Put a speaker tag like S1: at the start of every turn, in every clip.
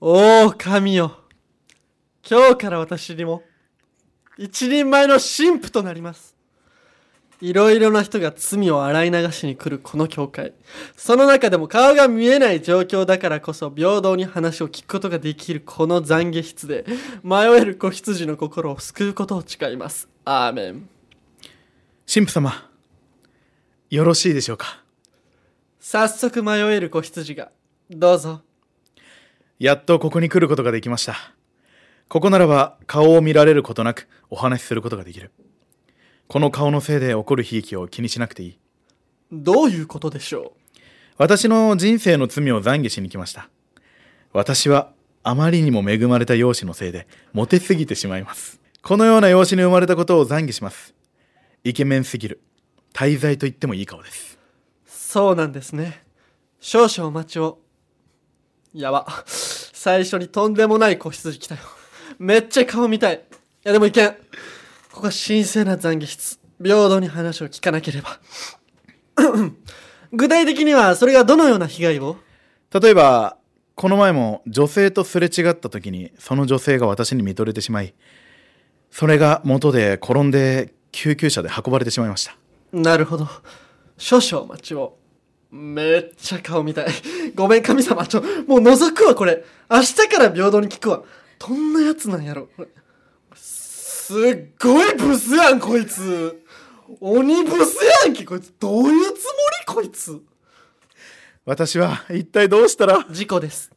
S1: おお神よ今日から私にも一人前の神父となりますいろいろな人が罪を洗い流しに来るこの教会その中でも顔が見えない状況だからこそ平等に話を聞くことができるこの懺悔室で迷える子羊の心を救うことを誓いますアーメン
S2: 神父様よろしいでしょうか
S1: 早速迷える子羊がどうぞ
S2: やっとここに来ることができましたここならば顔を見られることなくお話しすることができるこの顔のせいで起こる悲劇を気にしなくていい
S1: どういうことでしょ
S2: 私の人生の罪を懺悔しに来ました私はあまりにも恵まれた容姿のせいでモテすぎてしまいますこのような容姿に生まれたことを懺悔しますイケメンすぎる滞在と言ってもいい顔です
S1: うそうなんですね少々お待ちをやば最初にとんでもない子羊来たよめっちゃ顔見たいいやでもいけんここは神聖な懺悔室平等に話を聞かなければ 具体的にはそれがどのような被害を
S2: 例えばこの前も女性とすれ違った時にその女性が私に見とれてしまいそれが元で転んで救急車で運ばれてしまいました
S1: なるほど少々お待ちをめっちゃ顔見たいごめん神様ちょもう覗くわこれ明日から平等に聞くわどんなやつなんやろこれすっごいブスやんこいつ鬼ブスやんけこいつどういうつもりこいつ
S2: 私は一体どうしたら
S1: 事故です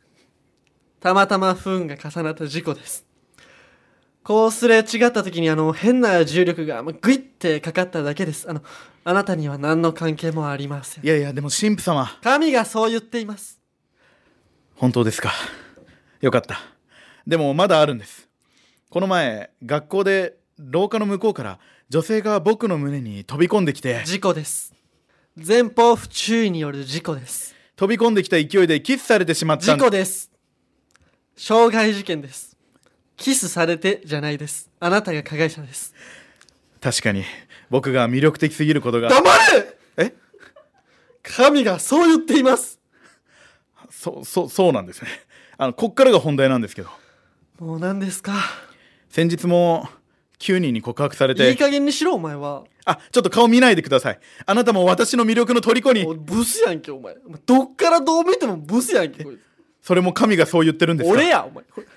S1: たまたま不運が重なった事故ですこうすれ違った時にあの変な重力がまあグイってかかっただけですあのあなたには何の関係もありません
S2: いやいやでも神父様
S1: 神がそう言っています
S2: 本当ですかよかったでもまだあるんですこの前学校で廊下の向こうから女性が僕の胸に飛び込んできて
S1: 事故です前方不注意による事故です
S2: 飛び込んできた勢いでキスされてしまった
S1: 事
S2: ん
S1: 故です傷害事件ですキスされてじゃないですあなたが加害者です
S2: 確かに僕が魅力的すぎることが
S1: 黙れ
S2: え
S1: 神がそう言っています
S2: そう、そう、そうなんですね。 あの、こっからが本題なんですけど、
S1: もう何ですか
S2: 先日も9人に告白されて、
S1: いい加減にしろお前は
S2: あ、ちょっと顔見ないでください。あなたも私の魅力の虜に、
S1: おブスやんけお前お前どっからどう見てもブスやんけこいつ
S2: それも神がそう言ってるんですか
S1: 俺やお前これ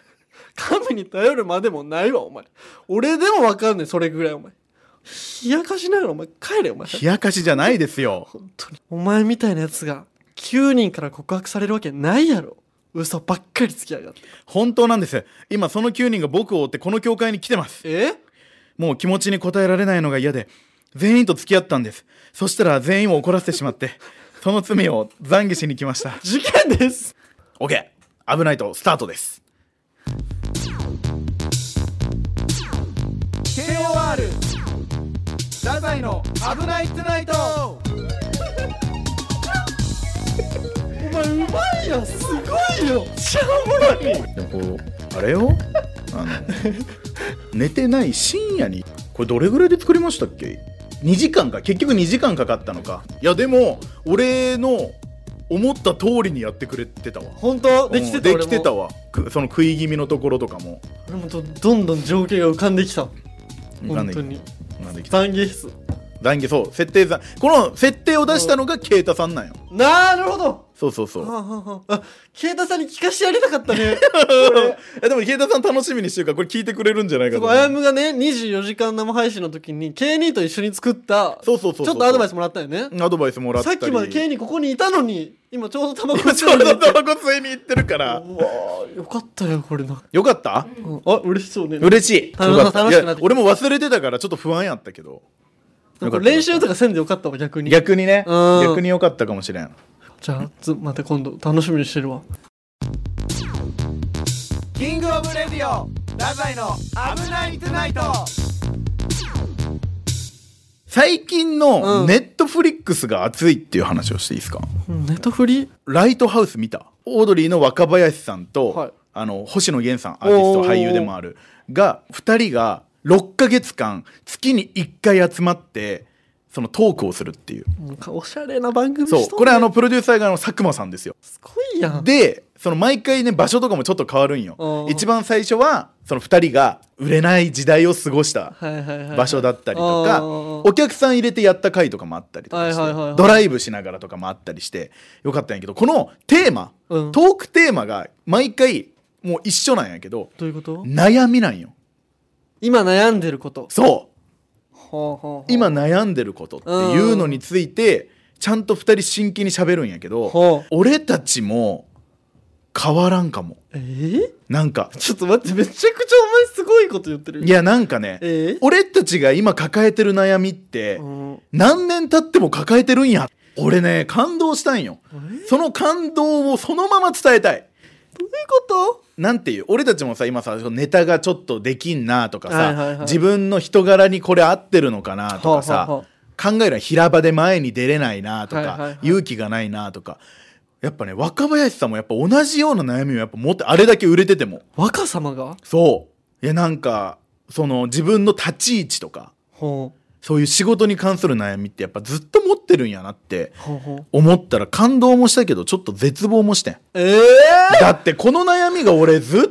S1: 神に頼るまでもないわお前俺でも分かんねえそれぐらいお前冷やかしながらお前帰れお前
S2: 冷やかしじゃないですよ。
S1: 本当にお前みたいなやつが9人から告白されるわけないやろ嘘ばっかりつきやがって
S2: 本当なんです。今その9人が僕を追ってこの教会に来てます。
S1: え
S2: もう気持ちに応えられないのが嫌で、全員と付き合ったんです。そしたら全員を怒らせてしまって、その罪を懺悔しに来ました。
S1: 事件です
S2: OK! 危ないとスタートです。
S1: KOR 太宰の「危ないトゥナイト」お前うまいやんすごいよしゃおもろい
S2: でもこうあれよあの寝てない深夜にこれどれぐらいで作りましたっけ2時間か結局2時間かかったのかいやでも俺の思った通りにやってくれてたわ
S1: 本当できてた
S2: うんできてた
S1: わ
S2: わくその食い気味のところとかも
S1: 俺もどどんどん情景が浮かんできた
S2: な
S1: 本
S2: んで
S1: 当に
S2: なんできた
S1: 懺悔室
S2: 談義そう設定さこの設定を出したのが啓太さんなんよ
S1: なるほど
S2: そうそうそ
S1: はあ
S2: う
S1: はあはああ啓太さんに聞かしてやりたかったね
S2: えでも啓太さん楽しみにしてるからこれ聞いてくれるんじゃないか
S1: そ
S2: と
S1: う
S2: 思
S1: あや
S2: う
S1: むがね24時間生配信の時に K2 と一緒に作った
S2: そうそうそうそう
S1: ちょっとアドバイスもらったよね
S2: アドバイスもらった
S1: さっ
S2: り
S1: きまで K2 ここにいたのに今ちょうどタ バコ吸
S2: ちょうど
S1: う
S2: タバコ吸いに行ってるから
S1: うわーよかったよこれな、
S2: よかった
S1: うんあ嬉しそうね
S2: 嬉しい。
S1: 楽
S2: よかった
S1: 楽しくなってきた
S2: いや俺も忘れてたからちょっと不安やったけど。
S1: なんか練習とかせんでよかったわ逆に
S2: 逆にね、
S1: うん
S2: 逆に良かったかもしれん。
S1: じゃあつまた今度楽しみにしてるわ
S3: キングオブレディオ太宰の危ないトゥナイト
S2: 最近
S1: う
S2: の
S1: ん
S2: ネットフリックスが熱いっていう話をしていいですか、
S1: うんネットフリ
S2: ライトハウス見たオードリーの若林さんと、
S1: はい
S2: あの星野源さんアーティスト
S1: おー
S2: 俳優でもあるが2人が6ヶ月間月に1回集まってそのトークをするっていう
S1: もうかおしゃれな番組しとん
S2: そ
S1: ね
S2: うこれあのプロデューサーがあの佐久間さんですよ
S1: すごいやん
S2: でその毎回ね場所とかもちょっと変わるんよ
S1: うん
S2: 一番最初はその2人が売れない時代を過ごした
S1: はいはいはいはい
S2: 場所だったりとか
S1: あー
S2: お客さん入れてやった回とかもあったりとかして、
S1: はいはいはいはい
S2: ドライブしながらとかもあったりしてよかったんやけどこのテーマ、
S1: うん
S2: トークテーマが毎回もう一緒なんやけど
S1: どういうこと
S2: 悩みなんよ
S1: 今悩んでること
S2: そう
S1: ほうほうほう
S2: 今悩んでることっていうのについてちゃんと2人真剣に喋るんやけど
S1: ほう
S2: 俺たちも変わらんかも
S1: えー、
S2: なんか
S1: ちょっと待ってめちゃくちゃお前すごいこと言ってる
S2: いやなんかね
S1: えー、
S2: 俺たちが今抱えてる悩みって
S1: うん
S2: 何年経っても抱えてるんや俺ね感動したんよその感動をそのまま伝えたい
S1: どういうこと
S2: なんていう俺たちもさ今さネタがちょっとできんなとかさ、
S1: はいはいはい
S2: 自分の人柄にこれ合ってるのかなとかさ、
S1: はあは
S2: 考えるのは平場で前に出れないなとか、
S1: はいはいはい
S2: 勇気がないなとかやっぱね若林さんもやっぱ同じような悩みをやっぱ持ってあれだけ売れてても
S1: 若様が
S2: そういやなんかその自分の立ち位置とか
S1: ほう
S2: そういう仕事に関する悩みってやっぱずっと持ってるんやなって
S1: ほうほう
S2: 思ったら感動もしたけどちょっと絶望もしてん
S1: ええ
S2: だってこの悩みが俺ずっと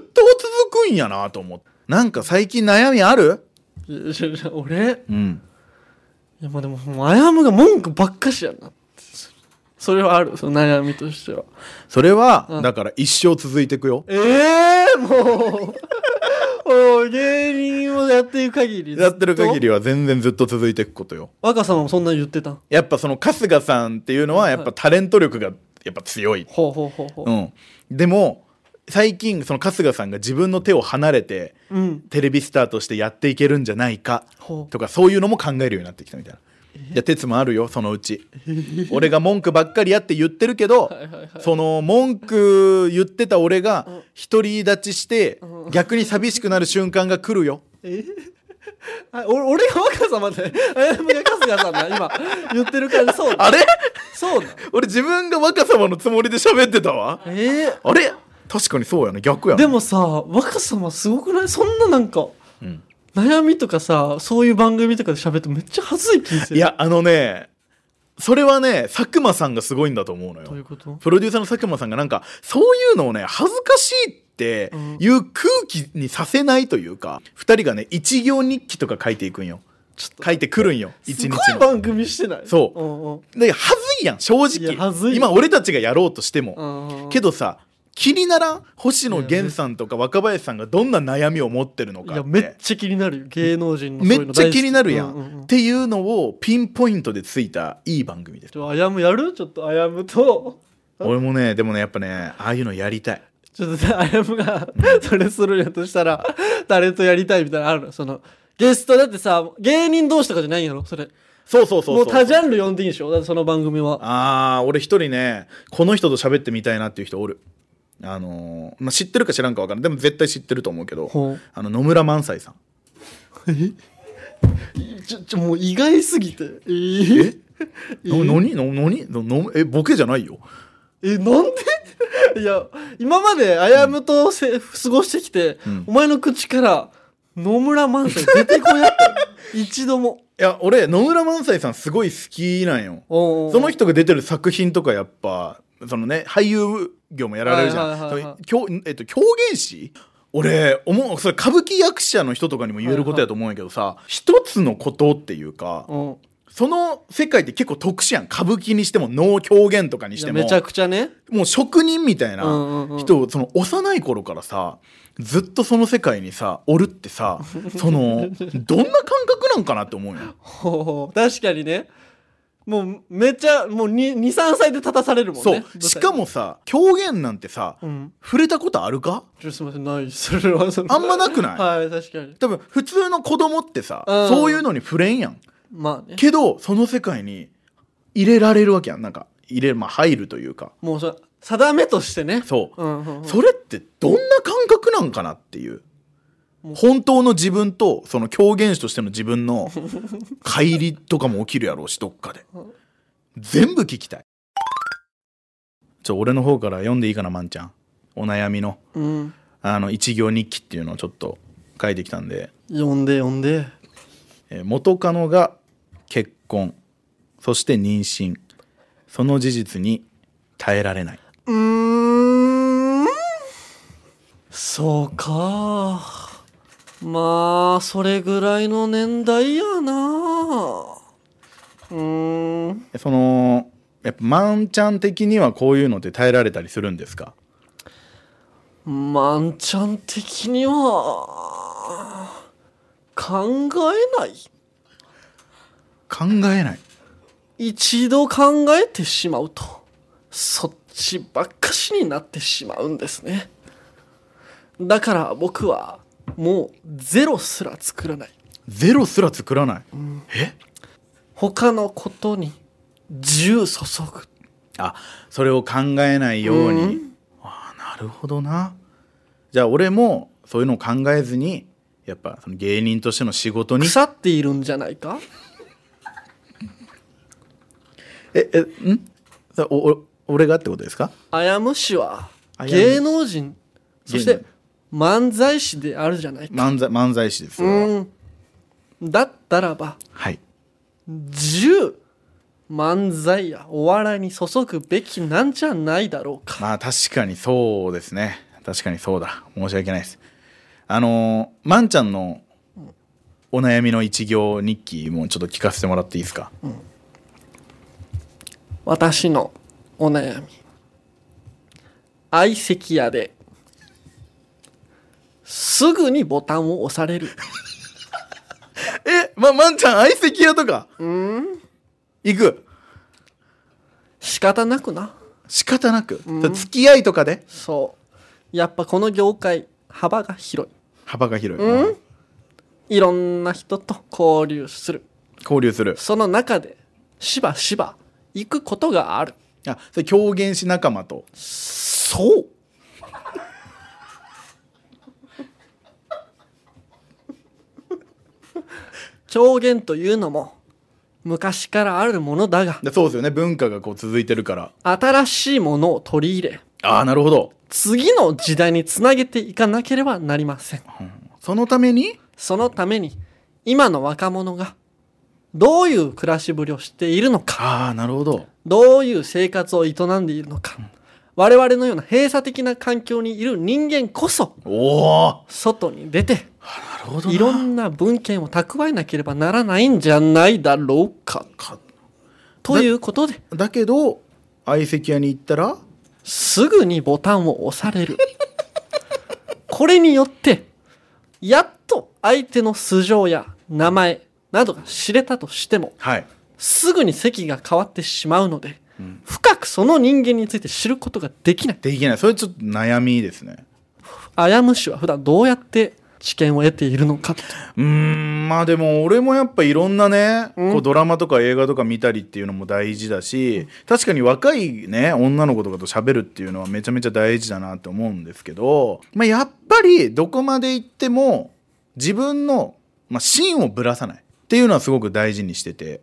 S2: 続くんやなと思ってなんか最近悩みある
S1: いやいやいや俺
S2: うん
S1: いやまあでももうあやむが文句ばっかしやなそれはあるその悩みとしては
S2: それは、
S1: うん
S2: だから一生続いてくよ
S1: ええもうもう芸人をやってる限り
S2: やってる限
S1: り
S2: りは全然ずっと続いていくことよ
S1: 若様もそんなん言ってたん
S2: やっぱその春日さんっていうのはやっぱタレント力がやっぱ強い、
S1: ほうほうほうほう
S2: うん、でも最近その春日さんが自分の手を離れて
S1: うん、
S2: テレビスターとしてやっていけるんじゃないか
S1: ほう
S2: とかそういうのも考えるようになってきたみたいな。いや鉄もあるよそのうち俺が文句ばっかりやって言ってるけど、
S1: はいはいはい
S2: その文句言ってた俺が独り立ちして
S1: うん
S2: 逆に寂しくなる瞬間が来るよ
S1: えあお俺が若様で あやむが春日さんだ今言ってる感じそうだ
S2: あれ
S1: そうだ
S2: 俺自分が若様のつもりで喋ってたわ
S1: ええ
S2: あれ確かにそうやね逆やね
S1: でもさ若様すごくないそんななんか
S2: うん
S1: 悩みとかさそういう番組とかで喋ってめっちゃ恥ずい気する
S2: いやあのねそれはね佐久間さんがすごいんだと思うの
S1: どういう
S2: よ
S1: こと
S2: プロデューサーの佐久間さんがなんかそういうのをね恥ずかしいっていう空気にさせないというか、二人がね一行日記とか書いていくんよ
S1: ちょっと
S2: 書いてくるんよ一
S1: す
S2: 日
S1: ご
S2: の
S1: い番組してない
S2: そう
S1: う
S2: ん
S1: ん
S2: で恥ずいやん正
S1: いや恥ず
S2: 直
S1: い
S2: 今俺たちがやろうとしても、
S1: うんうん
S2: けどさ気にならん星野源さんとか若林さんがどんな悩みを持ってるの
S1: い
S2: か
S1: や
S2: って
S1: めっちゃ気になるよ芸能人のそう
S2: め
S1: いう
S2: っ
S1: の
S2: ちゃ
S1: 大好
S2: 気になるやん,、
S1: ううう
S2: っていうのをピンポイントでついたいい番組です
S1: ちょあやむやるちょっとあやむと
S2: 俺もねでもねやっぱねああいうのやりたい
S1: ちょっとねあやむがそれするんやとしたら誰とやりたいみたいなのあるのそのゲストだってさ芸人同士とかじゃないんやろそれ
S2: そうそうそうそう
S1: もう他ジャンル呼んでいいんでしょだってその番組は
S2: あー俺一人ねこの人と喋ってみたいなっていう人おるあのーまあ、知ってるか知らんか分からんでも絶対知ってると思うけど
S1: ほう
S2: あの野村萬斎さん
S1: ちょちょもう意外すぎてえーえ
S2: ののにののにののえボケじゃないよ
S1: えなんで いや今まであやむとせ、過ごしてきて、
S2: うん
S1: お前の口から野村萬斎出てこやったよ 一度も
S2: いや俺野村萬斎さんすごい好きなんよ
S1: おうおう
S2: その人が出てる作品とかやっぱそのね俳優業もやられるじゃ
S1: はい
S2: ん
S1: はい
S2: そ
S1: はいは
S2: の狂えっと狂言師俺思うそれ歌舞伎役者の人とかにも言えることやと思うんやけどさ、一つのことっていうか
S1: うん
S2: その世界って結構特殊やん歌舞伎にしても能狂言とかに
S1: い
S2: して
S1: や
S2: も
S1: めちゃくちゃね
S2: もう職人みたいな
S1: うんうんうん
S2: 人をその幼い頃からさずっとその世界にさおるっ てさそのどんな感覚なんかなって思うよ。
S1: ほうほう確かにねもうめっちゃもう23歳で立たされるもんね
S2: そう
S1: 舞台
S2: しかもさ狂言なんてさ、
S1: うん
S2: 触れたことあるか
S1: ちょすいませんないそれはその
S2: あんまなくない、
S1: はい確かに
S2: 多分普通の子供ってさ、
S1: うん
S2: そういうのに触れんやん
S1: まあね
S2: けどその世界に入れられるわけやんなんか入れまあ入るというか
S1: もうそれ定めとしてね
S2: そう、
S1: うんうんうん
S2: それってどんな感覚なんかなっていう
S1: もう
S2: 本当の自分とその狂言師としての自 分の乖離とかも起きるやろうしどっかで
S1: うん
S2: 全部聞きたいちょ俺の方から読んでいいかなまんちゃんお悩みの
S1: うん
S2: あの一行日記っていうのをちょっと書いてきたんで
S1: 呼んで呼んで
S2: えー元カノが結婚そして妊娠その事実に耐えられないう
S1: ーんそうかまあそれぐらいの年代やなうーん
S2: そのやっぱ万ちゃん的にはこういうのって耐えられたりするんですか
S1: まんちゃん的には考えない
S2: 考えない
S1: 一度考えてしまうとそっちばっかしになってしまうんですねだから僕はもうゼロすら作らない
S2: ゼロすら作らない、え
S1: 他のことに銃注ぐ
S2: あそれを考えないように、
S1: うん
S2: ああなるほどなじゃあ俺もそういうのを考えずにやっぱその芸人としての仕事に
S1: 腐っているんじゃないか
S2: ええんさおお俺がってことですか
S1: あやむしは
S2: あやむし
S1: 芸能人そし
S2: 芸
S1: て漫才師であるじゃないか
S2: 漫才漫才師ですよ、
S1: うんだったらば
S2: はい
S1: 銃漫才やお笑いに注ぐべきなんじゃないだろうか
S2: まあ確かにそうですね確かにそうだ申し訳ないですあのーまんちゃんのお悩みの一行日記もちょっと聞かせてもらっていいですか、
S1: 私のお悩み相席屋ですぐにボタンを押される
S2: えままんちゃん相席屋とか行く
S1: 仕方なくな
S2: 仕方なく、付き合いとかで
S1: そうやっぱこの業界幅が広
S2: 幅が広い、うん
S1: いいろんな人と交流する
S2: 交流する
S1: その中でしばしば行くことがある
S2: あそれ狂言師仲間と
S1: そう狂言というのも昔からあるものだが
S2: でそうですよね文化がこう続いてるから
S1: 新しいものを取り入れ
S2: ああなるほど
S1: 次の時代につなげていかなければなりません
S2: そのために
S1: そのために今の若者がどういう暮らしぶりをしているのか
S2: ああなるほど
S1: どういう生活を営んでいるのか我々のような閉鎖的な環境にいる人間こそ
S2: おお
S1: 外に出て
S2: なるほど
S1: いろんな文献を蓄えなければならないんじゃないだろうか
S2: か
S1: ということで
S2: だけど相席屋に行ったら
S1: すぐにボタンを押されるこれによってやっと相手の素性や名前などが知れたとしても
S2: はい
S1: すぐに席が変わってしまうので、深くその人間について知ることができない
S2: できないそれちょっと悩みですね
S1: あやむしは普段どうやって知見を得ているのかと
S2: うーんまあでも俺もやっぱいろんなね、こうドラマとか映画とか見たりっていうのも大事だし、確かに若いね女の子とかと喋るっていうのはめちゃめちゃ大事だなと思うんですけど、まあ、やっぱりどこまで行っても自分の、まあ、芯をぶらさないっていうのはすごく大事にしてて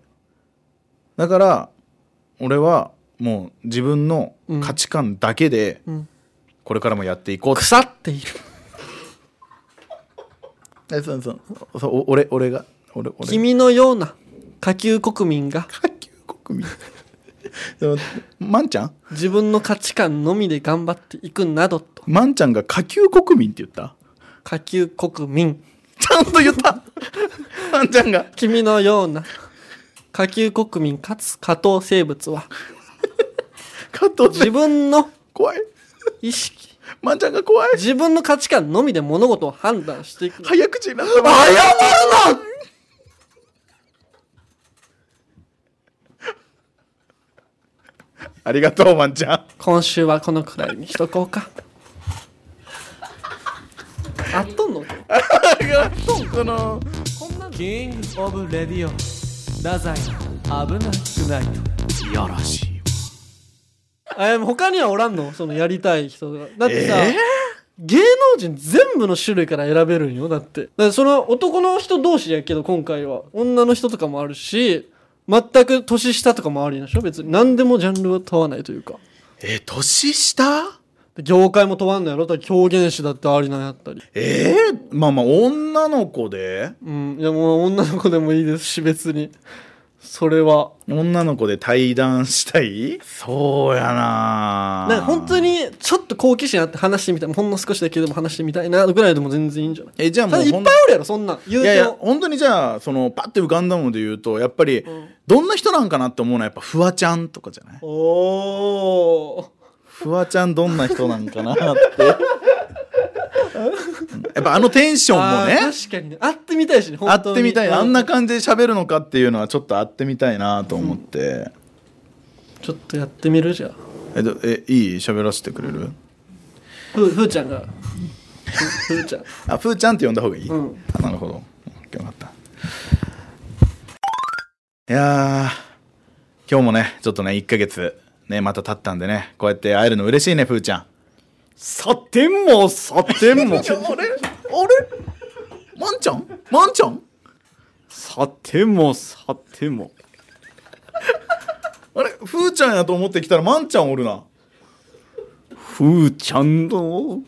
S2: だから俺はもう自分の価値観だけで
S1: ん
S2: これからもやっていこうって
S1: 腐っている
S2: えそうそうそうお俺俺が俺俺
S1: 君のような下級国民が
S2: 下級国民でも まんちゃん
S1: 自分の価値観のみで頑張っていくなどと
S2: まんちゃんが下級国民って言った
S1: 下級国民
S2: ちゃんと言ったまんちゃんが
S1: 君のような下級国民かつ下等生物は
S2: 加藤
S1: 自
S2: で
S1: 分の
S2: 怖い
S1: 意識
S2: まんちゃんが怖い
S1: 自分の価値観のみで物事を判断していく
S2: 早口になった
S1: 謝るな
S2: ありがとうまんちゃん
S1: 今週はこのくらいにしとこうかあっとんのか
S2: その
S1: こんなの
S3: キングオブレディオ太宰の危なくない
S2: いやらしい
S1: え他にはおらんのそのやりたい人がだってさ、
S2: えー
S1: 芸能人全部の種類から選べるんよだってだからその男の人同士やけど今回は女の人とかもあるし全く年下とかもあるんでしょ別に何でもジャンルは問わないというか
S2: え年下
S1: で業界も問わんのやろだから狂言師だってありなんやったり
S2: えー、まあまあ女の子で
S1: うんいやもう女の子でもいいですし別にそれは
S2: 女の子で対談したいそうやな
S1: なんか本当にちょっと好奇心あって話してみたいほんの少しだけでも話してみたいなぐらいでも全然いいんじゃない
S2: えじゃあ
S1: ただ
S2: もう
S1: いっ
S2: ほ
S1: ぱい
S2: ん
S1: おるやろそんなん言う
S2: い
S1: て
S2: やいや
S1: も
S2: 本当にじゃあそのパッて浮かんだもので言うとやっぱり、
S1: うん
S2: どんな人なんかなって思うのはやっぱフワちゃんとかじゃない
S1: おお
S2: フワちゃんどんな人なんかなって やっぱあのテンションもね
S1: 確かにね会ってみたいしね
S2: 会ってみたいなあんな
S1: か
S2: 感じで喋るのかっていうのはちょっと会ってみたいなと思って、
S1: ちょっとやってみるじゃん
S2: えどえいい喋らせてくれる
S1: ふふーちゃんがふふーちゃん
S2: あふーちゃんって呼んだ方がいい、
S1: うん
S2: あなるほどよかったいやー今日もねちょっとね1ヶ月ねまた経ったんでねこうやって会えるの嬉しいねふーちゃん
S1: さてもさても
S2: あれまんちゃんまんちゃん
S1: さてもさても
S2: あれふーちゃんやと思ってきたらまんちゃんおるな
S1: ふーちゃんの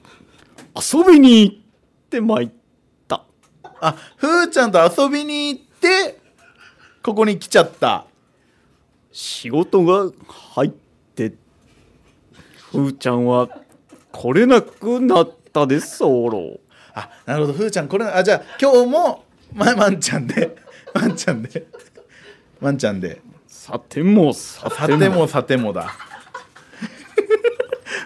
S1: 遊びに行ってまいった
S2: あふーちゃんと遊びに行ってここに来ちゃった
S4: 仕事が入ってふーちゃんは来れなくなったで候
S2: あなるほどふーちゃんこれあじゃあ今日もままんちゃんでまんちゃんでまんちゃんで
S4: さてもさ
S2: さてもさてもだ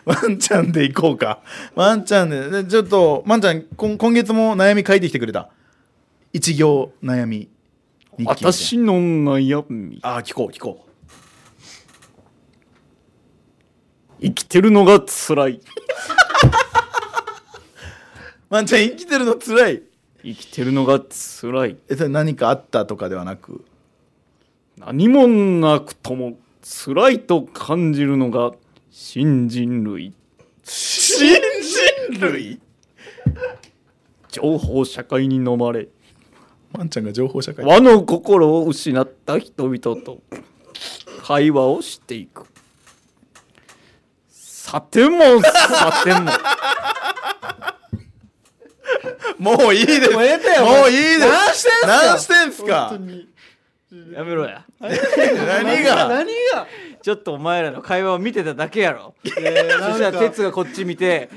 S2: まんちゃんで行こうかまんちゃんででちょっとまんちゃん今今月も悩み書いてきてくれた一行悩み日記みたいな
S4: 私の悩み
S2: あ聞こう聞こう
S4: 生きてるのが辛い
S2: まんちゃん生きてるのつらい
S4: 生きてるのが辛い
S2: えそれ何かあったとかではなく
S4: 何もなくとも辛いと感じるのが新人類
S2: 新人類
S4: 情報社会に飲まれ
S2: まんちゃんが情報社会
S4: 和の心を失った人々と会話をしていくさてもさても
S2: もういいです
S1: もうええてよ
S2: もういいです
S1: 何してんすか
S2: 何してんす
S1: 本
S2: か
S1: 当に
S4: やめろや。
S2: 何が
S1: 何が
S4: ちょっとお前らの会話を見てただけやろ。そしたら哲がこっち見て、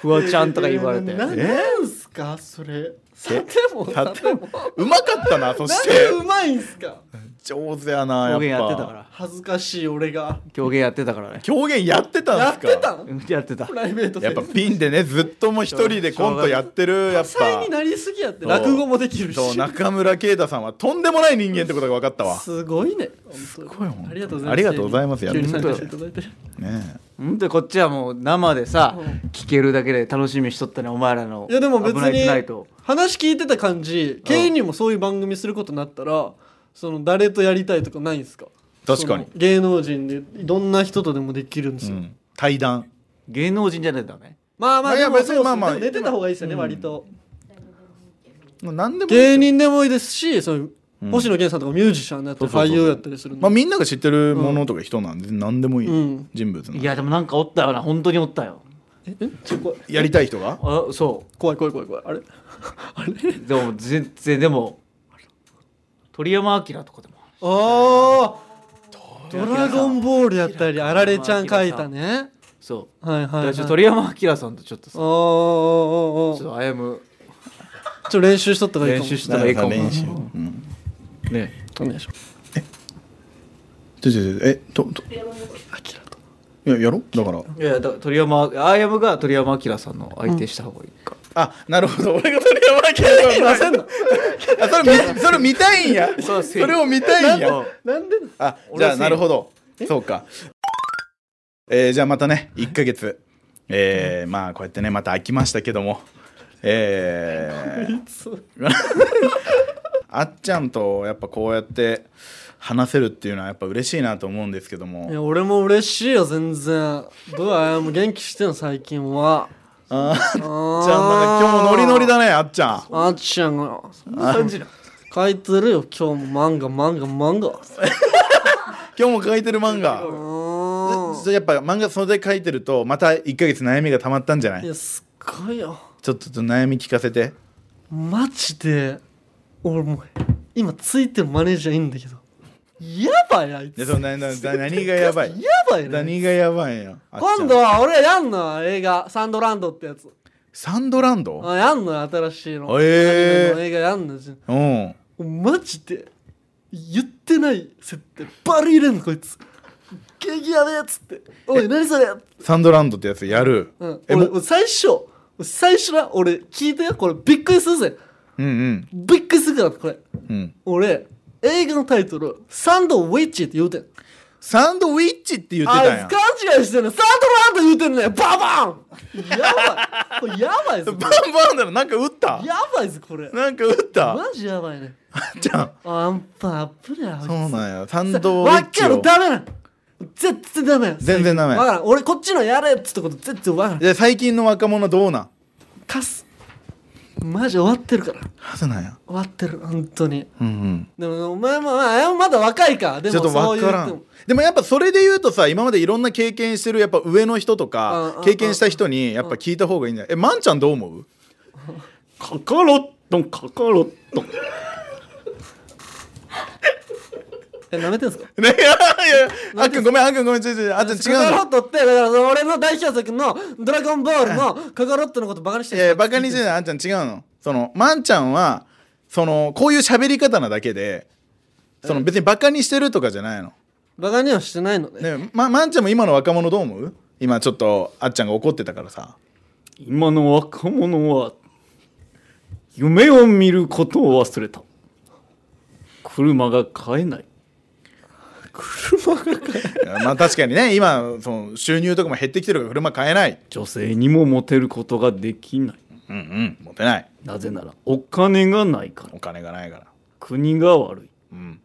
S4: フワちゃんとか言われて。
S1: ななんすかそれさてもさても
S2: うまかったなそ
S1: な
S2: し
S1: んで
S2: て
S1: うまいんすか
S2: 上手やなや
S4: 狂
S2: っぱ
S4: 言やってたから。
S1: 恥ずかしい俺が
S4: 狂言やってたからね。
S2: 狂言やってた
S1: や
S2: ん
S1: っ
S2: すか
S1: てたん
S4: うんやってた
S1: プ。ライベートで
S2: やっぱピンでねずっともう一人でコントやってるや
S1: 多
S2: っ
S1: 彩
S2: ぱ
S1: になりすぎやって
S2: そう
S1: 落語もできるし
S2: そう中村啓太さんはとんでもない人間ってことが分かったわ
S1: すごいねす
S2: ごい本当に
S1: ありがとうございます
S2: ありがとうございます
S1: 急に参
S2: やって
S1: 加
S4: くれ
S1: してていただいて
S2: ねえ
S4: ほんでこっちはもう生でさ
S1: うん、
S4: 聞けるだけで楽しみにしとったね、お前らの。
S1: いやでも別
S4: 危ないトゥナイ
S1: に
S4: ト
S1: 話聞いてた感じ芸人もそういう番組することになったらその誰とやりたいとかないんすか
S2: 確かに
S1: その芸能人でどんな人とでもできるんです
S2: う
S1: よ
S2: ん対談
S4: 芸能人じゃないとダメ。
S1: まあま
S2: ま
S1: あ
S2: あい
S1: で
S2: や
S1: も
S2: 別に
S1: そう
S2: ま
S1: ま
S2: あ
S1: あ
S2: まあ
S1: まあ出てた方がいいですよね
S2: うん
S1: 割と
S2: 何でもいいです
S1: 芸
S2: よ
S1: 人でもいいですしその
S2: うん
S1: 星野源さんとかミュージシャンだったり
S2: そう
S1: 俳
S2: そうそう
S1: 優やったりするんで
S2: まあみんなが知ってるものとか人なんで何でもいい
S1: うん
S2: 人物なん
S4: い
S2: で
S4: やでもなんかおったよな、本当におったよ。
S1: ええちょ怖い
S2: やりたい人が
S4: あ、そ
S1: 怖い怖い怖い怖いあれ あれ
S4: う。でも全然、でも、鳥山明とかでも。
S1: ああドラゴンボールやったりあられちゃん書いたね
S4: そう。
S1: はいはい、
S4: だ
S1: は
S4: か
S1: い、
S4: らちょっと鳥山明さんとちょっとさ
S1: おーおーおーおー
S4: ちょっと歩む
S1: ちょっと練習しとった方がいいか
S4: 練
S1: も
S4: 習したらいいかも
S2: 練習うん
S4: ね
S1: お願いします
S2: ちょちょちょえとと
S1: あきらと
S2: いややろだから
S4: いやだ鳥山アイアムが鳥山明さんの相手した方がいいか、
S2: あなるほど俺が鳥山 明に
S1: せんの
S2: あそれ見それ見たいんや
S4: そう
S2: それを見たいんや
S1: なんで
S2: あじ
S4: 俺は
S2: ゃあ
S4: せい
S2: なるほどそうかえーじゃあまたね1ヶ月えーまあこうやってねまた飽きましたけどもえーあっちゃんとやっぱこうやって話せるっていうのはやっぱ嬉しいなと思うんですけど
S1: い
S2: も
S1: や俺も嬉しいよ全然どうやもう元気してんの最近は
S2: あー
S1: あ
S2: あっちゃんなんか今日もノリノリだねあっちゃん
S1: あっちゃんが
S4: 感じな
S1: 書いてるよ今日も漫画漫画漫画
S2: 今日も書いてる漫画
S1: うーん
S2: そやっぱ漫画それで書いてるとまた1ヶ月悩みがたまったんじゃない
S1: い
S2: ちょ
S1: やすっごいよ
S2: っとちょっと悩み聞かせて
S1: マジで俺もう今ついてるマネージャーいいんだけどやばいあいつ
S2: でそのななな何がやばい
S1: やばいね
S2: 何がやばいんやあっちゃん
S1: 今度は俺やんの映画サンドランドってやつ
S2: サンドランド
S1: あやんのよ新しいのア
S2: へー
S1: ニメの映画やんのよ
S2: うん
S1: マジで言ってない設定バリ入れんのこいつ激やべえっつって「おい何それ!」
S2: サンドランドってやつやる、
S1: うん、
S2: え
S1: 俺
S2: も
S1: 俺最初最初な俺聞いたよこれびっくりするぜ
S2: うんうん
S1: びっくりするからこれ
S2: うん
S1: 俺映画のタイトル「サンドウィッチ」って言うてん
S2: サンドウィッチって言って
S1: あ
S2: たん
S1: い
S2: や
S1: つ勘違いしてんのサンドランド言うてんのよババーンやばいこれやばいぞこ
S2: バ
S1: れ
S2: ンバンだろなんか打った
S1: やばいぞこれ
S2: なんか打ったあ
S1: マジやばいね
S2: っちゃん
S1: あんぱアップだよ
S2: そうなんやサン
S1: さ
S2: ドウィ
S1: わ
S2: ッチ
S1: かる
S2: を
S1: ダメなの絶対ダメよ
S2: 全然ダメ
S1: わからん俺こっちのやれっつったこと絶対わからん
S2: で最近の若者どうなん
S1: カスマジ終わってるから
S2: はずなんや
S1: 終わってる本当に
S2: うんうん
S1: でもお前もまあまだ若いかで
S2: ちょっ
S1: も
S2: と
S1: そ
S2: わ
S1: ういう
S2: から
S1: 人も
S2: んでもやっぱそれで言うとさ今までいろんな経験してるやっぱ上の人と
S1: うんうんう
S2: か
S1: ん
S2: 経験した人にやっぱ聞いた方がいいんじゃないえまんちゃんどう思う
S4: カカロットンカカロットン
S1: え舐めてんすか
S2: いやいやあっくんごめんあっくんごめんちょいちょいあっちゃん違
S1: カ
S2: う
S1: カロ
S2: の
S1: ットってだから俺の代表作の「ドラゴンボール」のカカロットのことバカにして
S2: いやいやバカにして
S1: る
S2: ないあんちゃん違うのそのまんちゃんはそのこういう喋り方なだけでその別にバカにしてるとかじゃないの
S1: バカにはしてないのね
S2: ねままんちゃんも今の若者どう思う今ちょっとあっちゃんが怒ってたからさ
S4: 今の若者は夢を見ることを忘れた車が買えない
S2: いやまあ確かにね今その収入とかも減ってきてるから車買えない
S4: 女性にもモテることができない
S2: うんうん持てない
S4: なぜならお金がないから
S2: お金がないから
S4: 国が悪い
S2: うん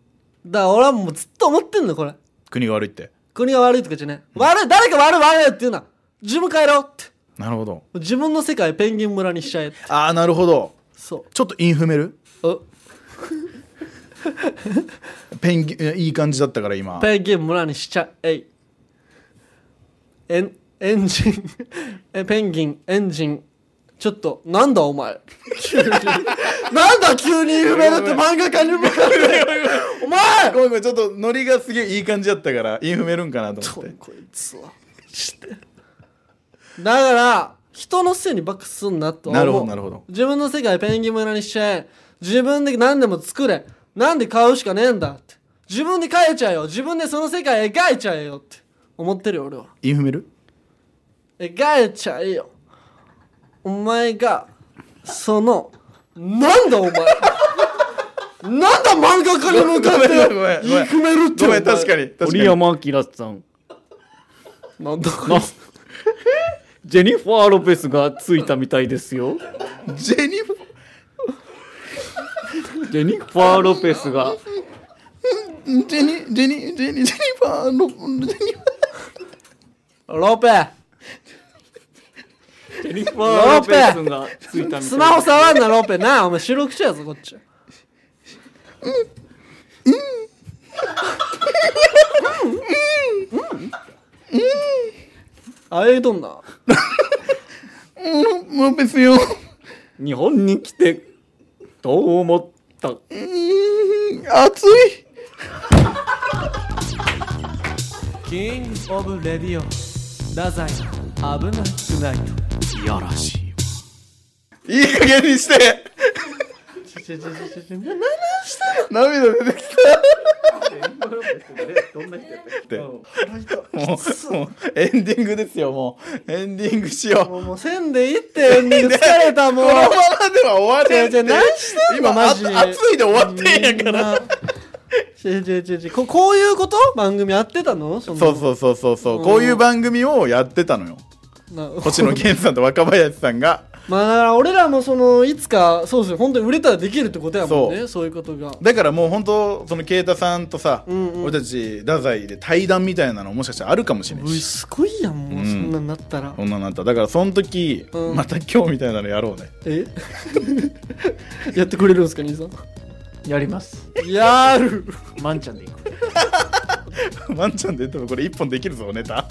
S1: だから俺はもうずっと思ってんのよこれ
S2: 国が悪いって
S1: 国が悪いとかじゃない悪い誰か悪い悪いって言うな自分帰ろうって
S2: なるほど
S1: 自分の世界ペンギン村にしちゃえって
S2: ああなるほど
S1: そ
S2: ちょっと韻踏める
S1: うお
S2: ペンギンいい感じだったから今
S1: ペンギン村にしちゃえいエンエンジンえペンギンエンジンちょっとなんだお前 急になんだ急に有名だって漫画家に向かってお前
S2: ごめんごめんちょっとノリがすげえいい感じだったから韻踏めるんかなと思って
S1: こいつはしてだから人のせいにバックすんなとは思う
S2: なるほどなるほど
S1: 自分の世界ペンギン村にしちゃえ自分で何でも作れなんで買うしかねえんだって自分で描いちゃえよ自分でその世界描いちゃえよって思ってるよ俺は
S2: 韻踏める
S1: 描いちゃえよお前がそのなんだお前なんだ漫画家に向かって
S2: ごめんごめんごめん
S1: 言いくめるって
S2: ご
S1: お前
S2: めん確かに確かに
S4: 鳥山明さん
S1: なんだこいつ
S4: ジェニファー・ロペスがついたみたいですよ
S2: ジェニファ
S4: ジェニファー・ロペスが
S2: ージェニジェニジェニジェニファーロジェニファー
S1: ロペ
S4: ジェニファー・ロペスがついたみたいです
S1: スマホ触んなロペなあお前収録中やぞこっちあえいとんな
S2: もう別よ。
S4: 日本に来てどう思った
S2: 暑い。
S1: キングオブレディオ太宰危なくない
S2: いやらしい。いい加減にして。涙出てきた。もうもうエンディングですよもうエンディングしよう
S1: もうもうせんでいいってエンディング疲れた もう
S2: このままでは終われんって
S1: 違う違う何してんの
S2: 今
S1: マジ
S2: あ暑いで終わってんやから
S1: ら違う違う違う違うここういうこと番組やってたのそ
S2: そうそうそうそうそうこういう番組をやってたの よ
S1: うな
S2: 星野源さんと若林さんが
S1: まあだから俺らもそのいつかそうですよ本当に売れたらできるってことやもんね
S2: そ
S1: そうういうことが
S2: だからもう本当その啓太さんとさ、
S1: うんうん
S2: 俺たち太宰で対談みたいなのもしかしたらあるかもしれな
S1: う
S2: い
S1: い
S2: し
S1: すごいやんもう、
S2: うん
S1: そんなんなったら
S2: そんなのあっただからその時、
S1: うん
S2: また今日みたいなのやろうね
S1: え やってくれるんですか兄さん
S4: やります
S1: やる
S4: マンちゃんでいく
S2: ワンちゃんで言ってもこれ一本できるぞネタ